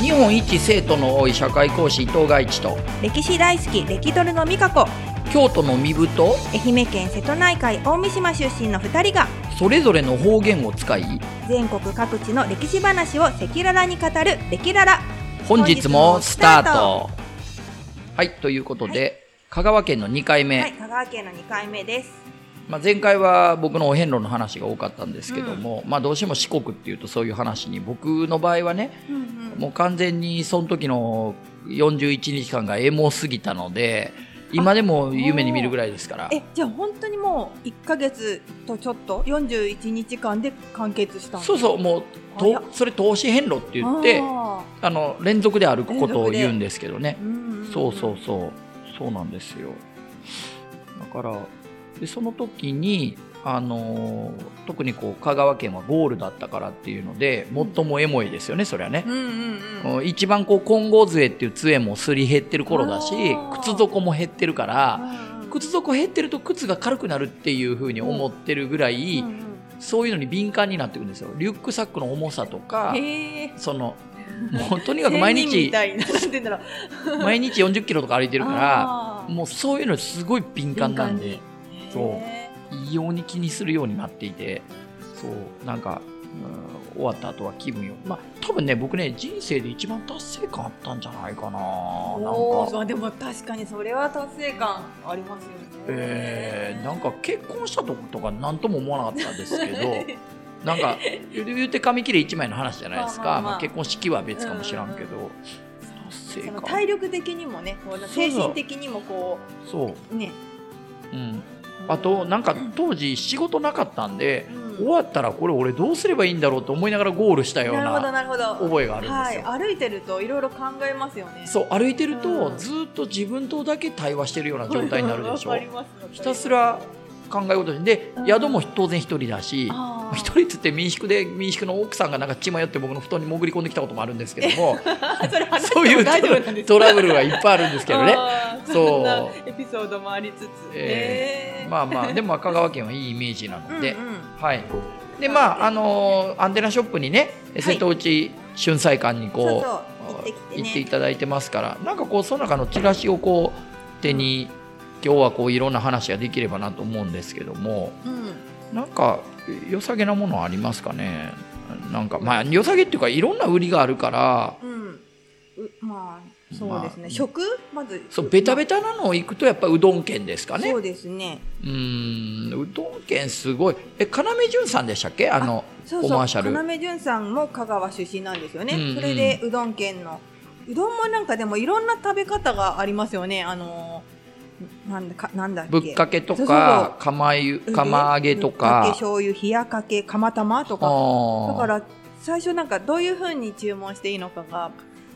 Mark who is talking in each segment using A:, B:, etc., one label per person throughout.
A: 日本一生徒の多い社会講師伊藤外地と
B: 歴史大好き歴ドルの美香子
A: 京都の身分と
B: 愛媛県瀬戸内海大三島出身の2人が
A: それぞれの方言を使い
B: 全国各地の歴史話を赤裸々に語る「歴ララ
A: 本日もスタートはいということで、香川県の2回」目、
B: はい香川県の2回目です
A: まあ、前回は僕のお遍路の話が多かったんですけども、まあ、どうしても四国っていうとそういう話に僕の場合はね
B: うん
A: もう完全にその時の41日間がエモすぎたので今でも夢に見るぐらいですから
B: えじゃあ本当にもう1か月とちょっと41日間で完結した
A: そうそうもう
B: 早
A: と
B: っ
A: それ投資遍路って言って
B: あ
A: あの連続で歩くことを言うんですけどね
B: ーうんん
A: そうそうそうそうなんですよだからでその時にあのー特にこう香川県はゴールだったからっていうので最もエモいですよねそりゃね
B: う、んうんうん
A: うん一番こう金剛杖っていう杖もすり減ってる頃だし
B: あー
A: 靴底も減ってるから
B: うん
A: 靴底減ってると靴が軽くなるっていう風に思ってるぐらい、
B: うんうん
A: そういうのに敏感になってくるんですよリュックサックの重さとか
B: へえ
A: そのもうとにかく毎 日
B: みたいななんて言うんだろう
A: 毎日4 0キロとか歩いてるから
B: あー
A: もうそういうのすごい敏感なんで
B: 敏感に
A: そう
B: へ
A: 異様に気にするようになっていてそうなんか、うん、終わった後は気分よまあ多分ね僕ね人生で一番達成感あったんじゃないかな
B: ー
A: な
B: お
A: ん
B: ー
A: か
B: そうでも確かにそれは達成感ありますよね
A: えー、なんか結婚したとことか何とも思わなかったです けどなんか言うて紙切れ1枚の話じゃないですか、
B: まあまあまあ
A: まあ結婚式は別かもしらんけど、達成
B: その
A: 感
B: 体力的にもねこう
A: う
B: 精神的にもこ
A: そう
B: ね
A: う、うん、あとなんか当時仕事なかったんで、
B: うん
A: 終わったらこれ俺どうすればいいんだろうと思いながらゴールしたよう
B: なるほど
A: な
B: なるほど
A: 覚えがあるんですよ。
B: はい、歩いてるといろいろ考えますよね
A: そう歩いてると
B: うん
A: ずっと自分とだけ対話してるような状態になるでしょ
B: わかります
A: ひたすら考え事してで
B: うん
A: 宿も当然一人だし
B: あー
A: 一人っつって民宿で民宿の奥さんがなんか血迷って僕の布団に潜り込んできたこともあるんですけど も
B: それ話し て
A: そうい
B: も
A: う
B: 大丈夫なんです
A: トラブルはいっぱいあるんですけ どね
B: あー
A: そうん
B: なエピソードもありつつ
A: え
B: えー
A: まあまあでも香川県はいいイメージなので
B: うんうん
A: はいでまああのーアンテナショップにね
B: い
A: 瀬戸内春菜館に
B: そう
A: こう
B: そう行ってきて
A: 行ってい
B: ね
A: ただいてますからなんかこうその中のチラシをこう手に今日はこういろんな話ができればなと思うんですけども
B: うん
A: なんか良さげなものありますかねなんかまあ良さげっていうかいろんな売りがあるから
B: うんうまあそうです
A: ま
B: ね、
A: あ
B: 食まず
A: そうベタベタなのを行くとやっぱうどん県ですかね
B: そうですね
A: うーんうどん県すごいえ要潤さんでしたっけあの
B: そう
A: コ
B: そ
A: マ
B: う
A: ーシャル
B: 要潤さんも香川出身なんですよね、
A: うんうん
B: それでうどん県のうどんもなんかでもいろんな食べ方がありますよねあのーなんだかなんだっけ
A: ぶっかけと
B: そうそうそ
A: か釜ゆ
B: う
A: 釜揚げと
B: ぶっか
A: か
B: け醤油冷やかけ釜玉と
A: あ
B: かだ
A: ー
B: から最初なんかどういう風に注文していいのかが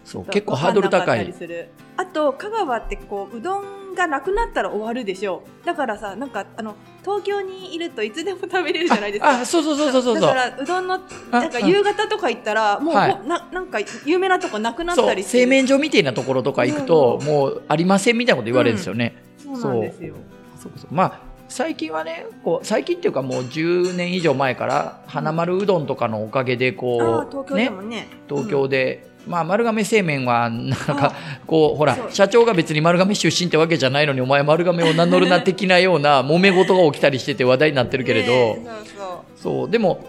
A: そう結構ハードル
B: わか
A: 高
B: んなかったり
A: い
B: するあと香川ってこううどんがなくなったら終わるでしょうだからさなんかあの東京にいるといつでも食べれるじゃないですか
A: あそうそうそうそうそうそ
B: だ
A: う
B: からうどんの
A: あ
B: なんか夕方とか行ったらもう、
A: はい
B: ほななんか有名なとこなくなっ
A: そ
B: た
A: う
B: りす
A: 製
B: る
A: 麺所みたいなところとか行くと、
B: うん
A: もうありませんみたいなこと言われるんですよね。
B: そうなんですよ
A: そうそうまあ最近はねこう最近っていうかもう10年以上前から花丸うどんとかのおかげで
B: ああ
A: こ
B: 東
A: う
B: 京でもね
A: 東京で、まあ、丸亀製麺はなんかこうほ
B: そう
A: ら社長が別に丸亀出身ってわけじゃないのにお前丸亀を名乗るな的なよう な揉め事が起きたりしてて話題になって
B: う
A: る
B: ん
A: けれど、
B: ねそうそ
A: そうでも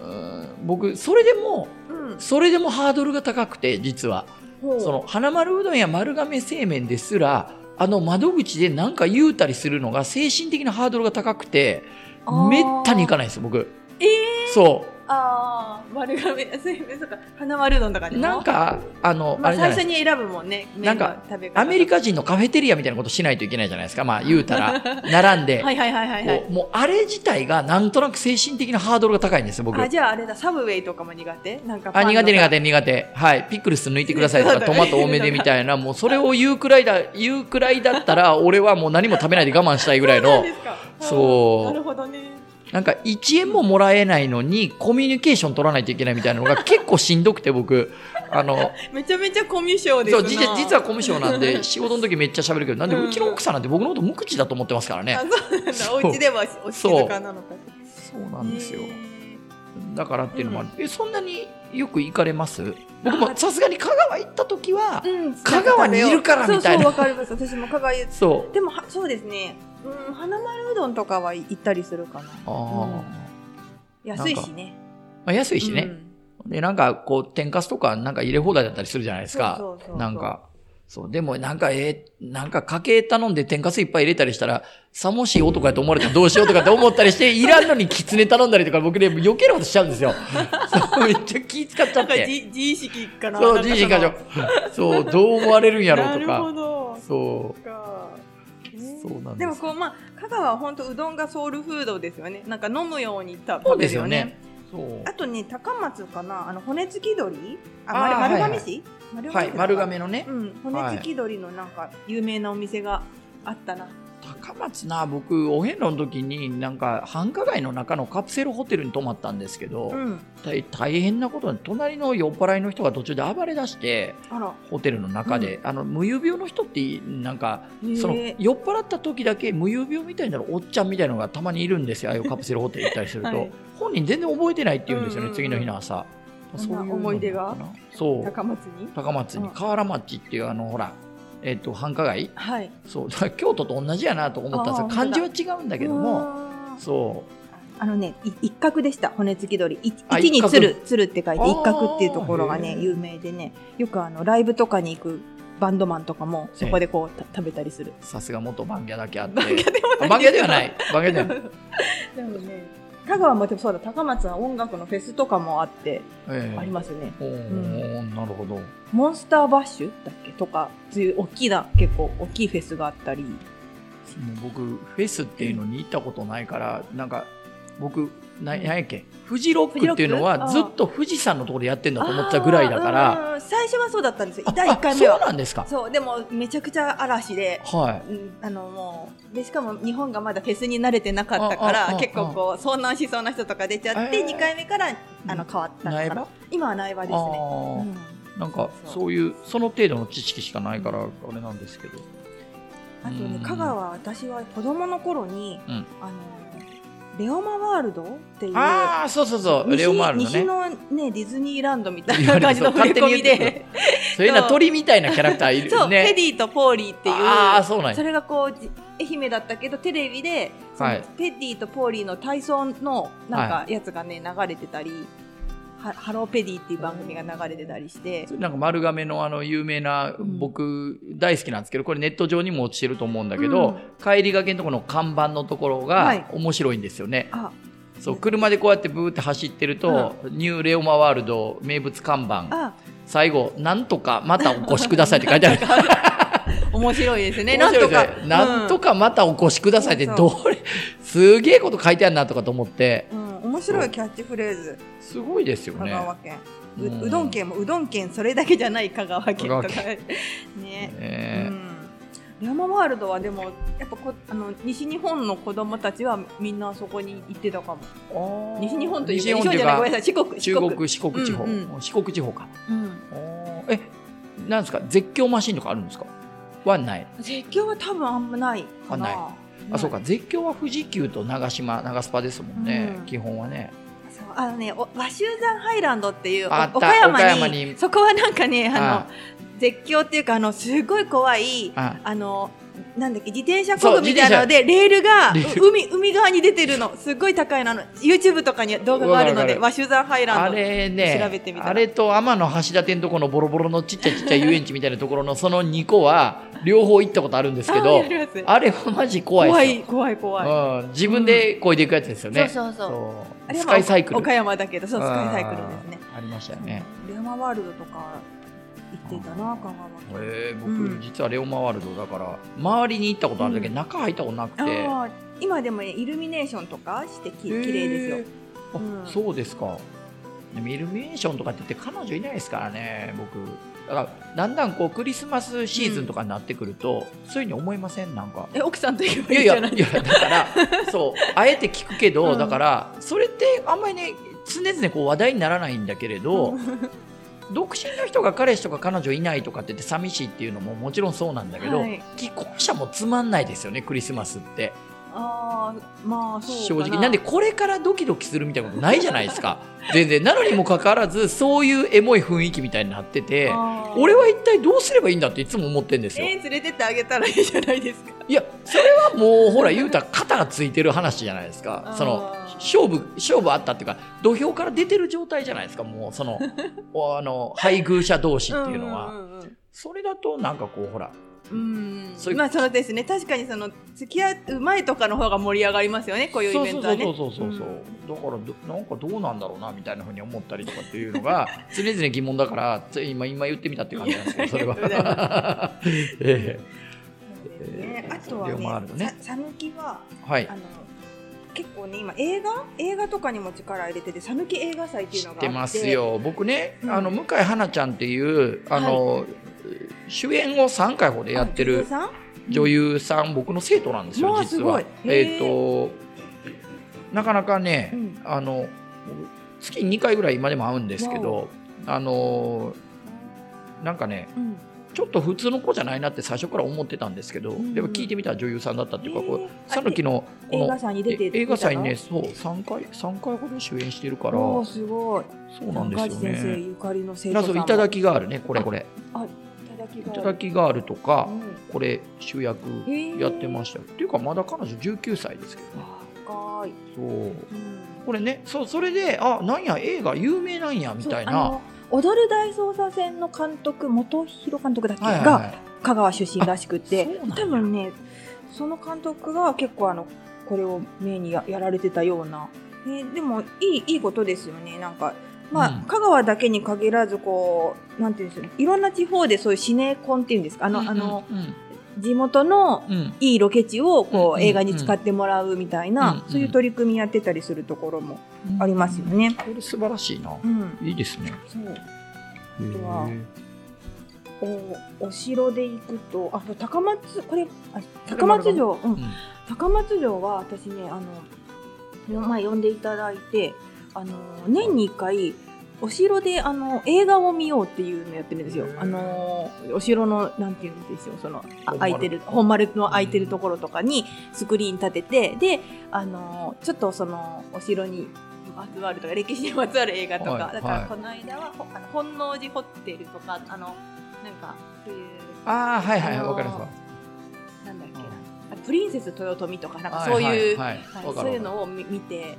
A: うん僕それでも
B: ううん
A: それでもハードルが高くて実は。
B: ほう
A: その花丸うどんや丸亀製麺ですらあの窓口で何か言うたりするのが精神的なハードルが高くて
B: あー
A: めったに行かないです僕
B: ええ
A: そ
B: ああ丸亀製麺とか花丸うどんとかで
A: う
B: も
A: なんかあの、
B: ま
A: あ
B: あ
A: れじゃ
B: 最
A: ないで
B: 初
A: すか
B: に選ぶもんね
A: なんか
B: 麺の食べ方
A: アメリカ人のカフェテリアみたいなことしないといけないじゃないですかまあ言うたら並んで、
B: はいはいはいはいはい
A: こうもうあれ自体がなんとなく精神的なハードルが高いんですよ僕
B: あじゃああれだサブウェイとかも苦手なんかパ
A: あ
B: ンの
A: 苦手苦手苦手はいピクルス抜いてくださいと
B: そ
A: か
B: うだね
A: トマト多めでみたいなもうそれを言うくらいだ言うくらいだったら俺はもう何も食べないで我慢したいぐらい
B: そうな
A: の
B: んですか
A: そう
B: あーなるほどね
A: なんか1円ももらえないのにコミュニケーション取らないといけないみたいなの が結構しんどくて僕あの
B: めちゃめちゃコミュ障です
A: そ
B: な
A: う実実はコミュ障なん で仕事の時めっちゃ喋るけどなんでうちの奥さんなんて僕のこと無口だと思ってますからね
B: あそうなんだお家ではおお静かなのか
A: そうなんですよ
B: へー
A: だからっていうのもある、えそんなによく行かれます僕もさすがに香川行った時は
B: うん、
A: 香川にいるからみたいな
B: そうそうわかります私も香川ゆ
A: そう
B: でもはそうですねうん花丸うどんとかは行ったりするかな
A: あー、
B: うん安いしね
A: まあ、安いし
B: う
A: ね、
B: ん
A: でなんかこう天かすとかなんか入れ放題だったりするじゃないですか
B: そうそうそうそう
A: なんかそうでもなんかえーなんか家計頼んで天かすいっぱい入れたりしたらさもしい男やと思われたらどうしようとかって思ったりしていらんのにキツネ頼んだりとか僕ね余計なことしちゃうんですよそうめっちゃ気使っちゃ
B: な
A: っ
B: んか
A: て
B: じ自意識かな
A: そう
B: なんか
A: 自意識過
B: そ
A: 剰そうどう思われるんや
B: の
A: ろうと
B: なるほ
A: か
B: ど
A: そう
B: かね
A: そうなんです
B: でもこうまあ香川は本当うどんがソウルフードですよねなんか飲むようにた
A: そ
B: 食
A: うで
B: べ
A: す
B: る
A: よ
B: よね
A: ね。そう
B: あとね高松かなあの骨付き鶏あ
A: あー
B: 丸丸
A: はいは
B: 亀
A: い
B: 市、
A: はい、丸
B: 亀
A: 亀のね
B: う、ん骨付き鶏のなんか有名なお店があったな、
A: 高松な、僕、お遍路の時に、なんか繁華街の中のカプセルホテルに泊まったんですけど、
B: うん
A: 大大変なことに、隣の酔っ払いの人が途中で暴れ出して、
B: あら
A: ホテルの中で、あの無遊病の人って、なんか、その
B: へえ
A: 酔っ払った時だけ、無遊病みたいなのおっちゃんみたいなのがたまにいるん ですよ、ああいうカプセルホテル行ったりすると、
B: はい
A: 本人全然覚えてないって言うんですよね、
B: うんうんうん
A: 次の日の朝。
B: そんな
A: うの
B: 思い出が
A: そう
B: 高松に
A: 高松に
B: うん
A: 河原町っていうあのほら、えっと繁華街
B: はい
A: そうだから京都と同じやなと思ったんです
B: あ
A: よ
B: ー
A: 漢字は違うんだけども
B: うーん
A: そう
B: あのねい一角でした骨付き鳥一
A: あ
B: 一に
A: 一角
B: 鶴鶴って書いて一角っていうところが
A: あ
B: ね
A: ーへー
B: 有名でねよくあのライブとかに行くバンドマンとかもそこでこうた食べたりする
A: さすが元番屋だけあって
B: バンギャでも
A: あ番屋ではない番屋ではない、
B: でもね香川もでもそうだ高松は音楽のフェスとかもあって、
A: ええ
B: ありますね
A: おーなるほど
B: モンスターバッシュだっけとかそういう大きな結構大きいフェスがあったり
A: もう僕フェスっていうのに行ったことないからなんか僕ななんやっけフジロックっていうのは
B: フジ
A: ず
B: ロ
A: っ
B: ック
A: と富士山のところでやってんだと思ってたぐらいだから
B: あーうん最初はそうだったんですよ
A: あ
B: 第1
A: あ
B: 回
A: そ
B: 目
A: う
B: は
A: なんですか
B: そうでもめちゃくちゃ嵐で
A: はい
B: うんあのもうでしかも日本がまだフェスに慣れてなかったか
A: あああ
B: ら
A: あ
B: 結構こう遭難しそうな人とか出ちゃっ
A: え
B: て
A: ー
B: 2回目からあの変わったの
A: 苗
B: か
A: 場
B: な今は苗場ですね、
A: あー
B: うん
A: なんか
B: そう
A: そういうその程度の知識しかないからあれなんですけど
B: あと
A: う
B: ね
A: ん
B: 香川は私は子供の頃に、
A: うん
B: あのレオマワールドっていう
A: ああそうそうそう
B: 西
A: レオマールの
B: 西
A: ね
B: のねディズニーランドみたいな感じの
A: いや
B: 触
A: いやそう
B: れ
A: 勝
B: 込み
A: 手に言って
B: で
A: そういうな鳥みたいなキャラクターいる
B: そう、
A: ね
B: テディとポーリーっていう
A: ああそうなん
B: そ
A: や
B: れがこうじ愛媛だったけどテレビでその
A: はい
B: ペディとポーリーの体操のなんかやつがね流れてたり、はハローペディっていう番組が流れてたりして、
A: なんか丸亀のあの有名な
B: うん
A: 僕大好きなんですけどこれネット上にも落ちてると思うんだけど、帰りがけのところの看板のところ
B: は
A: が
B: い
A: 面白いんですよね、
B: あ
A: そう車でこうやってブーって走ってると、ニューレオマワールド名物看板
B: あ
A: 最後「なんとかまたお越しください」って書いてある
B: 面白いです
A: 面
B: ねなん
A: 白い
B: と
A: です
B: か
A: ねなんと
B: か、
A: かまたお越しくださいって
B: そう
A: どれすげえこと書いてあるなとかと思って
B: うん、面白いキャッチフレーズ
A: すごいですよ
B: 香
A: ね。
B: 川県、う
A: うん
B: うどん県もうどん県それだけじゃない香川県とか
A: 香川
B: ね
A: ね
B: うん、レアマワールドはでもやっぱこあの西日本の子供たちはみんなそこに行ってたかも
A: あー
B: 西日本というか
A: 西日
B: 西日
A: 本
B: 本
A: という
B: じゃない
A: か
B: ごめんなさい四国
A: 中国四国地方、
B: うん
A: 四国地方か
B: うん、
A: あーえなんですか絶叫マシンとかあるんですかはない、
B: 絶叫は多分あんまないかな
A: あないあそうか絶叫は富士急と長島長スパですもんね、
B: うん
A: 基本はね
B: そうあのねお和州山ハイランドっていうお
A: あった
B: 岡山に
A: 岡山に
B: そこはなんかねあの
A: あ
B: 絶叫っていうかあのすごい怖い
A: あ
B: あのなんだっけ自転車
A: そ
B: こ
A: う
B: ぐみたいなのでレールが
A: レール
B: 海海側に出てるのすごい高いなの YouTube とかに動画があるの
A: わかるわか
B: で
A: る
B: 和州山ハイラ
A: あ
B: ンド
A: れね
B: 調べてみたら
A: あれと天の橋立のとこのボロボロのちっちゃいちっちゃい遊園地みたいなところのその2個は両方行ったことあるんですけど
B: あやります
A: あれはマジ怖い
B: 怖
A: です
B: い
A: よ。
B: 怖い怖い
A: うん、自分でこいでいくやつですよね。
B: そうそうそう
A: そう
B: あれは
A: スカイサイクル。
B: 岡山だけどそうスカイサイクルですね
A: あー。ありましたよね。
B: レアマワールドとか行ってたな香川県
A: えー、僕、
B: うん
A: 実はレオマワールドだから周りに行ったことあるだけ、
B: うん
A: 中入ったことなくて。
B: ああ今でもねイルミネーションとかしてき
A: へ
B: 綺
A: ー
B: 麗ですよ。
A: あ、
B: うん
A: そうですか。でもイルミネーションとかって言って彼女いないですからね、僕。だからだんだんこうクリスマスシーズンとかになってくると、そういうふうに思いませんなんか。
B: え奥さんと行け
A: い
B: ばい
A: や
B: い
A: い
B: じ
A: や
B: ゃない
A: いやだから そうあえて聞くけど、
B: うん
A: だからそれってあんまりね常々こう話題にならないんだけれど、独身の人が彼氏とか彼女いないとかって言って寂しいっていうのももちろんそうなんだけど、
B: はい
A: 既婚者もつまんないですよねクリスマスって
B: ああまあそう
A: 正
B: か
A: 直なんでこれからドキドキするみたいなことないじゃないですか 全然なのにもかかわらずそういうエモい雰囲気みたいになってて
B: あー
A: 俺は一体どうすればいいんだっていつも思ってんです
B: え
A: よ
B: ー、連れてってあげたらいいじゃないですか
A: いやそれはもうほら言うたら肩がついてる話じゃないです
B: あ
A: か
B: ー
A: その勝負勝負あったっていうか土俵から出てる状態じゃないですかもう そのおあの配偶者同士 っていうのは、
B: うんうんうん
A: それだとなんかこうほら
B: うん
A: そういう
B: まあそうですね確かにその付き合う前とかの方が盛り上がりますよねこういうイベントはね
A: そうそうそうそうそう、だからどなんかどうなんだろうなみたいなふうに思ったりとかっていうのが 常々疑問だからつい今今言ってみたっていう感じなん ですけどそれ
B: いやいやい
A: は、え
B: ね
A: え
B: あとは
A: それもあるのね
B: ねささぬきは
A: え はい
B: あの結構ね今映画映画とかにも力入れててさぬき映画祭っていう
A: 知
B: の
A: っ
B: があって
A: てますよ僕ね、
B: うん
A: あの向井花ちゃんっていうあの、主演を3回ほどやって
B: あ女優
A: る
B: さん
A: 女優さん僕の生徒なんですよ
B: まあ
A: 実
B: す
A: は
B: ごい。へ
A: え
B: え
A: っ、となかなかね、
B: うん
A: あの月2回ぐらい今でも会うんですけどあのなんかね
B: うん
A: ちょっと普通の子じゃないなって最初から思ってたんですけど、
B: んうん
A: でも聞いてみたら女優さんだったっていうか、
B: へえ
A: こうさぬきのこ
B: 映
A: の
B: 画祭に出て
A: え映画祭にね
B: 出
A: そう3回三回ほど主演してるか
B: た
A: ら
B: のおー
A: そ
B: すごいう
A: なんですよ
B: 中地先生
A: ね。
B: ゆかりの生徒
A: だ
B: さ
A: そ
B: ん
A: う
B: も
A: いただきがあるねこれこれ
B: いただき
A: い
B: が
A: ただきがあるとか
B: うん
A: これ主役
B: へえ
A: やってましたよっていうかまだ彼女19歳ですけどね
B: 若い
A: そう
B: うん
A: これねそうそれであなんや映画有名なんやみたい
B: そ
A: な
B: うあの踊る大捜査線の監督元弘監督だっけ、
A: はいはい
B: が
A: はい
B: 香川出身らしくて
A: あそうなんだ
B: 多分ねその監督が結構あのこれを目にややられてたような、ね、でもいいいいことですよねなんか。まあ
A: うん
B: 香川だけに限らずこうなんていうんですかいろんな地方でそういうシネコンっていうんですかあの,、あの
A: うん
B: 地元の
A: うんうん
B: いいロケ地をこ
A: う
B: う、
A: ん
B: 映画に使ってもらうみたいな、
A: うん
B: そういう取り組みやってたりするところもありますよね。
A: これ素晴らしいな
B: うん、
A: いいですね
B: そうとは
A: へ
B: おお城で行くとあと高松これあ高松城、う
A: え
B: ん、高松城は私ねあの前呼んでいただいてあの年に1回お城であの映画を見ようっていうのやってるんですよ。あのお城のなんていうんですよそのあ
A: 本丸
B: 空いてる本丸の空いてるところとかにスクリーン立ててであのちょっとそのお城にまつわるとか歴史にまつわる映画とか、
A: はい
B: だから
A: はい
B: この間はほあの本能寺ホテルとかあのなんかそういう
A: ああはいはい
B: あのー
A: わかりますわ
B: なんだっけ
A: うん
B: なあプリンセス豊臣とかなんかそういう、
A: はいは
B: は
A: い
B: い
A: わか
B: そう
A: る
B: いう
A: わか
B: のを見見て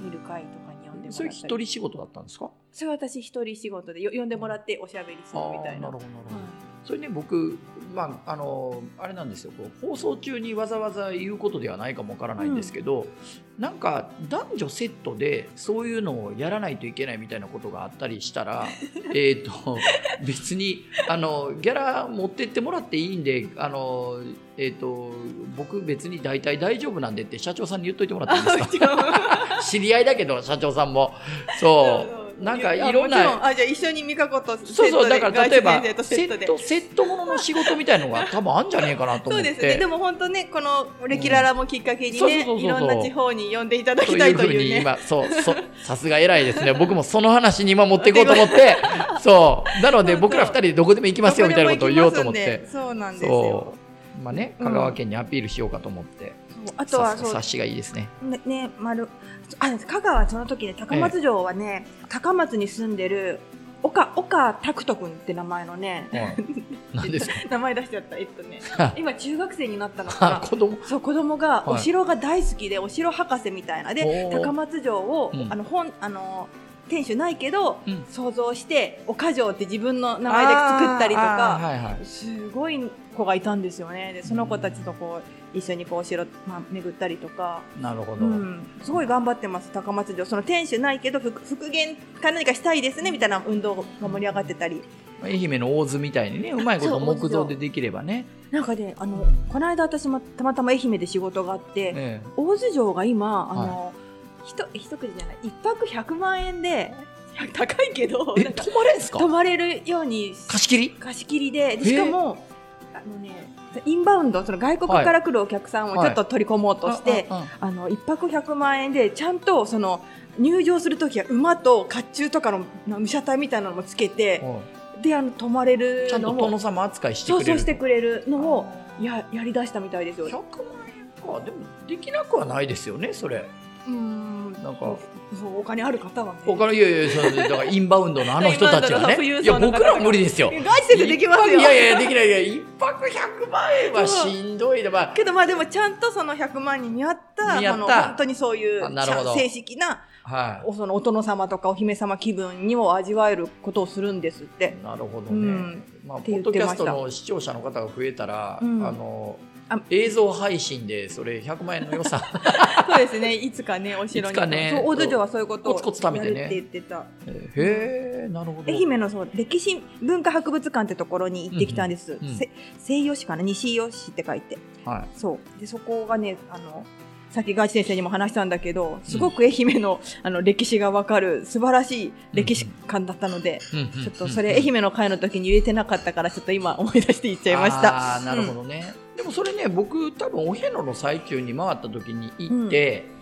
B: 見る会とかに呼ん
A: る
B: でもらったり
A: それ一人仕事だったんですか
B: それ私一人仕事でよ呼んでもらっておしゃべりするみたいな
A: あーなるほどなるほど
B: はい
A: それね僕まああのあれなんですよこう放送中にわざわざ言うことではないかもわからないんですけど、なんか男女セットでそういうのをやらないといけないみたいなことがあったりした らえっと別にあのギャラ持ってってもらっていいんであのえっ、と僕別に大体大丈夫なんでって社長さんに言っといてもらっていい ですか知り合いだけど社長さんもそうなんかいろん
B: やもち
A: な
B: ろんあじゃあ一緒に美香子とセットで
A: そうそうだから例えば
B: 外資先生と
A: セ
B: セッ
A: ットセ
B: トで
A: ットものの仕事みたいのが多分あんじゃねえかなと思
B: そう
A: って
B: ですねでも本当ねこのレキララもきっかけ
A: う
B: に
A: んそうそう
B: ね
A: そうそう
B: いろんな地方に呼んでいただ
A: と
B: きた
A: い
B: いうと
A: ふう
B: いう
A: に
B: ね
A: 今そうそうさすが偉いですね僕もその話に今持っていこうと思ってそうなので
B: そうそう
A: 僕ら二人でどこでも行きますよみたいなことを言おうと思って
B: どこでも行きますんでそうなんですよ
A: そうまあね
B: うん
A: 香川県にアピールしようかと思って
B: そうあと
A: さ
B: は
A: 察
B: そう
A: しがいいです ね
B: ねね丸あ香川その時ね高松城はね、高松に住んでる岡岡拓人君って名前のね
A: うんなんです
B: 名前出しちゃったえっとね今中学生に なったの
A: か
B: か
A: 子供
B: なそう子供が
A: はい
B: お城が大好きで、お城博士みたいなで
A: おー
B: 高松城を、
A: うん
B: あの本あの店主ないけど、
A: うん
B: 想像して岡城って自分の名前で作ったりとか
A: あーはいはい
B: すごい子がいたんですよねでその子たちとこう一緒にこうお城、まあ、巡ったりとか、
A: なるほ
B: う
A: ど
B: ん、すごい頑張ってます高松城その天守ないけど復復元か何かしたいですねみたいな運動が盛り上がってたり
A: 愛媛の大津みたいにねうまいこと
B: そう
A: 木造でできればね
B: なんかねあのこの間私もたまたま愛媛で仕事があって、
A: ええ
B: 大洲城が今あの、ひと一口じゃない一泊100万円で高いけど
A: え
B: なんか
A: 泊まれんすか
B: 泊まれるように
A: 貸し切り
B: 貸し切りでで
A: へえ
B: しかもあの、ね、インバウンドその外国から来るお客さんを
A: はい
B: ちょっと取り込もうとして、
A: ああ
B: あの一泊100万円でちゃんとその入場するときは馬と甲冑とかのな武者隊みたいなのもつけて
A: あ、
B: であの泊まれる
A: ちゃんと
B: の
A: 殿
B: も
A: 様扱いしてく
B: そう
A: れる
B: そうしてくれるのを
A: あー
B: ややりだしたみたいですよ。
A: 100万円かかでもできなくはないですよねそれ
B: うん
A: なんか
B: そうお金ある方はね
A: お金いやいやそうだからインバウンドのあの人たち はね
B: インバウン
A: いや
B: ドの富裕層の
A: 僕
B: 方々
A: らは無理ですよ
B: ガチ でできますよ
A: いやいやできないいや一泊100万円はしんどいでまあ
B: けどまあでもちゃんとその100万人に合った
A: 見合った
B: その本当にそういう
A: あなるほど
B: 正式な
A: は
B: おそのお殿様とかお姫様気分にも味わえることをするんですって
A: いなるほどね、
B: うん
A: まあ、
B: って
A: ポッ
B: 言っ
A: ドキ
B: て
A: ャ
B: ま
A: ス
B: した
A: トの視聴者の方が増えたら、
B: うん
A: あの
B: あ
A: 映像配信でそれ100万円の予算
B: そうですねいつかねお城
A: い
B: に
A: つかね
B: そう大洲城はそういうことを
A: コツコツ貯めてね
B: やるって言ってた
A: へえなるほど
B: 愛媛のそう歴史文化博物館ってところに行ってきたんです、
A: うんうん
B: せ西予市かな西予市って書いて
A: は
B: そうでそこがねあのさっきガチ先生にも話したんだけどすごく愛媛の,、あの歴史がわかる素晴らしい歴史館だったので、
A: い、うんうん
B: ちょっとそれ愛媛の会の時に言えてなかったからちょっと今思い出して言っちゃいました
A: あーなるほどね、でもそれね僕多分お遍路の最中に回った時に行って、
B: うん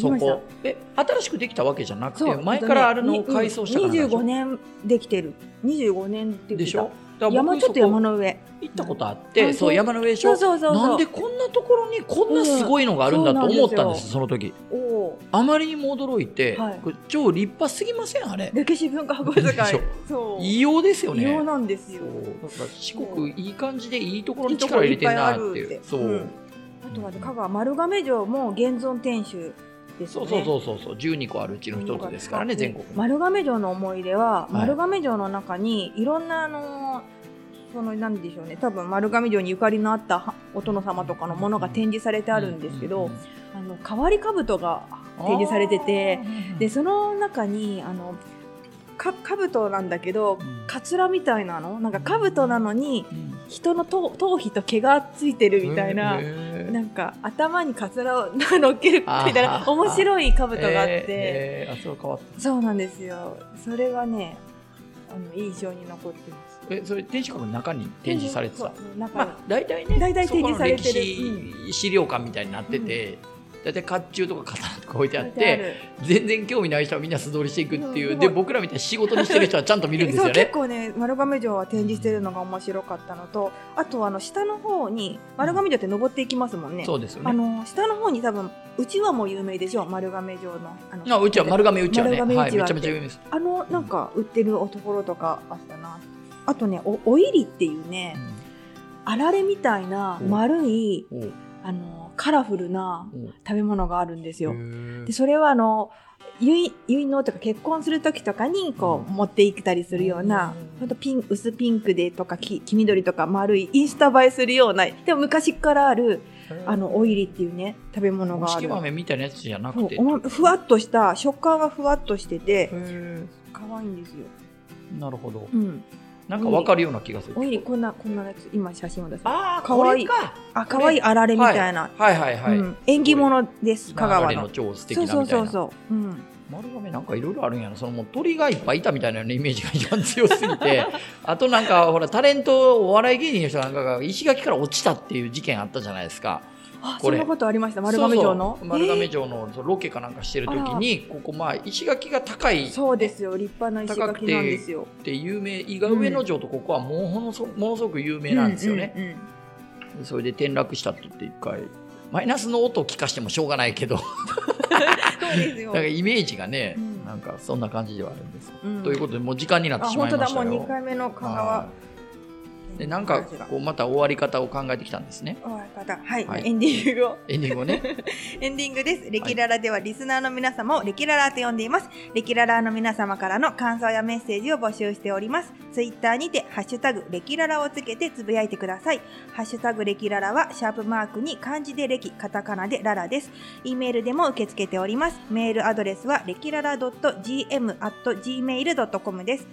A: そ
B: 行きま
A: こえ新しくできたわけじゃなく
B: そ
A: て
B: う
A: 前からあるのを改装したからなんでしょ
B: 25年できてる25年って言ってた
A: でしょだから僕
B: 山ちょっと山の上
A: 行ったことあって、
B: うん
A: そう山の上でし
B: そ
A: ょ
B: うそうそうそう
A: なんでこんなところにこんなすごいのがあるんだと思ったんです,、
B: う
A: その時
B: おおー
A: あまりにも驚いて、
B: はい
A: これ超立派すぎませんあれ
B: 歴史文化博物
A: でし
B: 館
A: ょ
B: そう
A: 異様ですよね
B: 異様なんですよ
A: そうなんか四国いい感じでいいところに力入れてんなっていう
B: いいとこいっぱいあるって
A: そう、
B: うんあとはね香川丸亀城も現存天守です
A: そ
B: ね
A: うそうそうそうそう12個あるうちの一つですからね全国に
B: 丸亀城の思い出は、
A: い
B: 丸亀城の中にいろんなあのそのなんでしょうね多分丸亀城にゆかりのあったはお殿様とかのものが展示されてあるんですけど、
A: うんうんうん
B: あの変わり兜が展示されてて
A: あー
B: でその中にあのか兜なんだけど
A: うん
B: かつらみたいなのなんか兜なのに
A: うん
B: 人の頭頭皮と毛がついてるみたいな。
A: へー
B: なんか頭にカツラを 乗っけるみたい
A: あ
B: な
A: ー
B: 面白い兜があって、
A: えーえーあそう変わった
B: そうなんですよそれがねあのいい印象に残ってます
A: えそれ天守閣の中に展示されてた
B: そう中
A: ま
B: に
A: あ大体ね
B: 大体展示されてる
A: そこの歴史資料館みたいになってて、大体甲冑とか刀とか置いてあっ
B: 置いてあ
A: て
B: る
A: 全然興味ない人はみんな素通りしていくっていう、
B: うん
A: で僕らみたいに仕事にしてる人はちゃんと見るんですよ
B: そう
A: ね。
B: 結構ね丸亀城は展示してるのが面白かったのとあとあの下の方に丸亀城って登っていきますもんね
A: そうですよ
B: あ
A: ね。
B: の下の方に多分うちわも有名でしょ丸亀城のあの
A: あうちは丸亀うちはね、
B: 丸亀うちわ
A: はい、めちゃめちゃ有名です。
B: あのなんか売ってるところとかあったなあとねおおいりっていうね、あられみたいな丸い
A: うんおう
B: あのカラフルな
A: おう
B: 食べ物があるんですよ
A: へ。ー
B: でそれはあの結結納とか結婚する時とかにこう持っていったりするような
A: うん
B: ほんとピン薄ピンクでとかき黄緑とか丸いインスタ映えするようなでも昔からあるあのおいりっていうね食べ物があ
A: 敷
B: る。
A: 豆みたいなやつじゃな
B: そ
A: く
B: う
A: て。
B: おまふわっとした食感がふわっとしてて
A: へ
B: 可愛いんですよ。
A: ーなるほど
B: う。ん、
A: なんかわかるような気がする。
B: おいりこんなこんなやつ今写真を出す。
A: ああ
B: かわいい
A: これか。
B: あ可愛いあられみたいな、
A: はいはいはい。
B: うん、縁起物です香川
A: 流れ
B: の
A: の。超素敵
B: そ
A: な
B: う
A: みたいな。
B: そうそうそう。うん。
A: 丸亀なんかいろいろあるんやなそのもう鳥がいっぱいいたみたいなイメージが一番強すぎて あとなんかほらタレントお笑い芸人の人なんかが石垣から落ちたっていう事件あったじゃないですか
B: あ、
A: こ
B: そ
A: れ
B: んなことありました。丸亀城
A: そ
B: の。
A: うそう丸
B: え
A: 亀城のそのロケかなんかしてる時に、ここまあ石垣が高い
B: ーそうですよ。立派な石垣なんですよ。
A: って有名伊賀上野城とここはもうほのそものすごく有名なんですよね、
B: うんうんうん
A: それで転落したって言って一回マイナスの音を聞かしてもしょうがないけど
B: そうですよ
A: なん。かイメージがね、
B: うん
A: なんかそんな感じではあるんです、
B: うん
A: ということでもう時間になって
B: あ、
A: しま
B: 本
A: い
B: 当
A: ま
B: だ。
A: し
B: も
A: た
B: う
A: よ
B: 二回目の香
A: は
B: 川
A: い。でなんかこうまた終わり方を考えてきたんですね。
B: 終わり方はい、
A: はい
B: エンディングを
A: エンディングを ね。
B: エンディングです。レキララではリスナーの皆様をレキララと呼んでいます。レキララの皆様からの感想やメッセージを募集しております。ツイッターにて、ハッシュタグ、レキララをつけてつぶやいてください。ハッシュタグ、レキララは、シャープマークに漢字でレキ、カタカナでララです。E メールでも受け付けております。メールアドレスは、レキララ .gm.gmail.com です。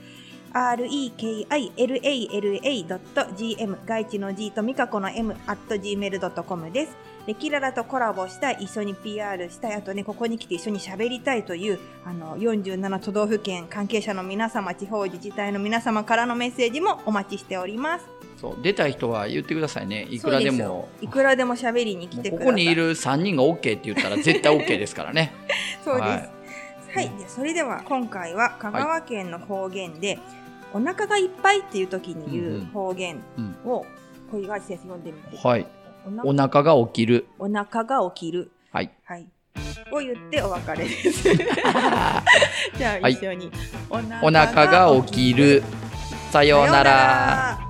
B: rekilala.gm 外地の G とミカコの M at gmail.com です。レキララとコラボしたい、一緒に PR したい、あとね、ここに来て一緒に喋りたいという、あの、47都道府県関係者の皆様、地方自治体の皆様からのメッセージもお待ちしております。
A: そう出た人は言ってくださいね。いくらでも。
B: いくらでも喋りに来
A: も
B: て
A: う
B: く
A: こ
B: ださい。
A: こにい。る3人が OK って言ったら絶対 OK ですから ね。
B: そうです。
A: は
B: はいい、でそれでは今回は香川県の方言で、お腹がいっぱいっていう時に言う方言を小井川先生読んでみて。
A: はい。
B: お
A: お腹が起きる。
B: お腹が起きる。
A: はい。
B: はい。を言ってお別れで す。じゃあ、
A: はい
B: 一緒に。
A: お腹が起きる。さようなら。
B: ら。